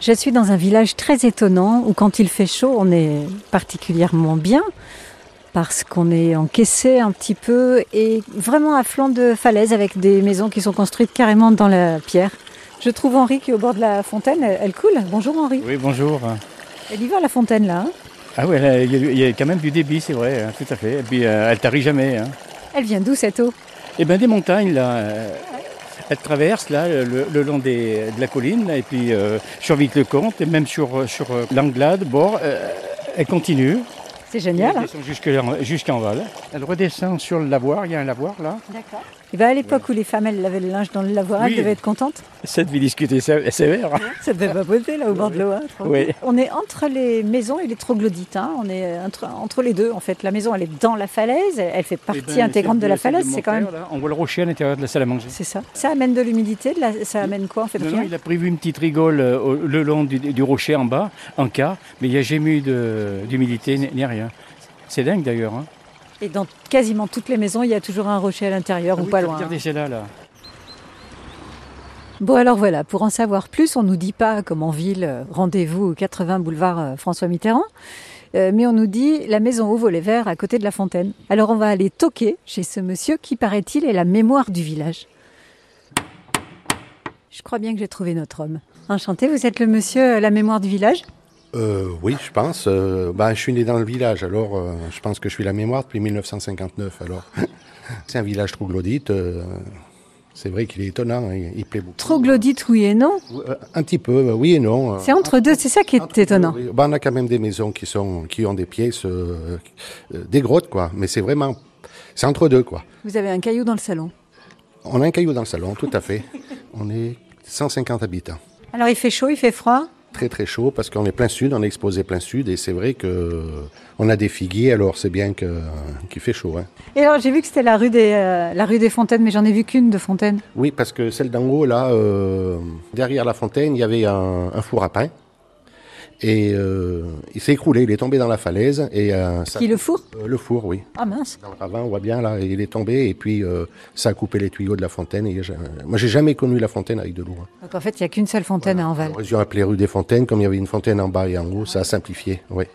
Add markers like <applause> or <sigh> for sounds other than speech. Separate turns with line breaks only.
Je suis dans un village très étonnant où quand il fait chaud, on est particulièrement bien parce qu'on est encaissé un petit peu et vraiment à flanc de falaise avec des maisons qui sont construites carrément dans la pierre. Je trouve Henri qui est au bord de la fontaine, elle, elle coule. Bonjour Henri.
Oui, bonjour.
Elle y va la fontaine là. hein
Ah oui, là, il y, a- il y a quand même du débit, c'est vrai, hein, tout à fait. Et puis, euh, elle tarit jamais. Hein.
elle vient d'où cette eau
Eh bien, des montagnes, là. euh, elle traverse, là, le, le long des, de la colline, là, et puis euh, sur Vite-le-Comte, et même sur, euh, sur euh, l'Anglade, bord, euh, elle continue.
C'est
Elle
génial. hein
descend jusque là- jusqu'en Val. Elle redescend sur le lavoir, il y a un lavoir, là.
Eh ben, à l'époque où les femmes elles lavaient le linge dans le lavoir,
Oui.
elles devaient être contentes.
Cette vie discutée sé- sévère.
Ça devait vapoter là au bord de l'eau. hein, tranquille.
Oui.
On est entre les maisons et les troglodytes. hein. On est entre, entre les deux en fait. La maison elle est dans la falaise, elle elle fait partie
Eh ben,
intégrante
celle
de la
celle
falaise.
mon
C'est quand même.
père, là, on voit le rocher à l'intérieur de la salle à manger.
C'est ça. Ça amène de l'humidité, de la- ça amène quoi en fait
Non,
rien.
non, il a prévu une petite rigole euh, au- le long du, du rocher en bas, en cas, mais il n'y a jamais eu de- d'humidité ni- ni rien. C'est dingue d'ailleurs. Hein.
Et dans quasiment toutes les maisons, il y a toujours un rocher à l'intérieur
Ah
ou
oui,
pas loin. hein.
Regardez celle-là. Là.
Bon alors voilà, pour en savoir plus, on nous dit pas comme en ville, euh, rendez-vous au 80 boulevard euh, François Mitterrand, euh, mais on nous dit la maison au volet vert à côté de la fontaine. Alors on va aller toquer chez ce monsieur qui paraît-il est la mémoire du village. Je crois bien que j'ai trouvé notre homme. Enchanté, vous êtes le monsieur euh, la mémoire du village
Euh, oui, je pense. Euh, bah, je suis né dans le village, alors euh, je pense que je suis la mémoire depuis 1959. Alors, <laughs> c'est un village troglodyte. euh, c'est vrai qu'il est étonnant. hein, il, il plaît beaucoup.
Troglodyte oui et non
Euh, Un petit peu, euh, oui et non. euh,
C'est entre deux, c'est ça qui est
entre-
étonnant.
oui. Bah, on a quand même des maisons qui sont, qui ont des pièces, euh, euh, des grottes quoi. Mais c'est vraiment, c'est entre deux quoi.
Vous avez un caillou dans le salon.
On a un caillou dans le salon, tout
<laughs>
à fait. on est 150 habitants.
Alors il fait chaud, il fait froid
très très chaud parce qu'on est plein sud, on est exposé plein sud et c'est vrai que euh, on a des figuiers alors c'est bien que euh, qu'il fait chaud. hein.
Et alors j'ai vu que c'était la rue des euh, la rue des Fontaines, mais j'en ai vu qu'une de Fontaine.
Oui parce que celle d'en haut là, euh, derrière la fontaine, il y avait un, un four à pain et euh, il s'est écroulé, il est tombé dans la falaise et euh, ça-
Qui le four
Euh, le four oui.
Ah mince.
Dans le ravin, on voit bien là, il est tombé et puis euh, ça a coupé les tuyaux de la fontaine. Et, j'ai- moi, j'ai jamais connu la fontaine avec de l'eau. hein.
Donc en fait, il n'y a qu'une seule fontaine à Enval.
Ils ont appelé rue des Fontaines, comme il y avait une fontaine en bas et en haut, ça a simplifié. Oui.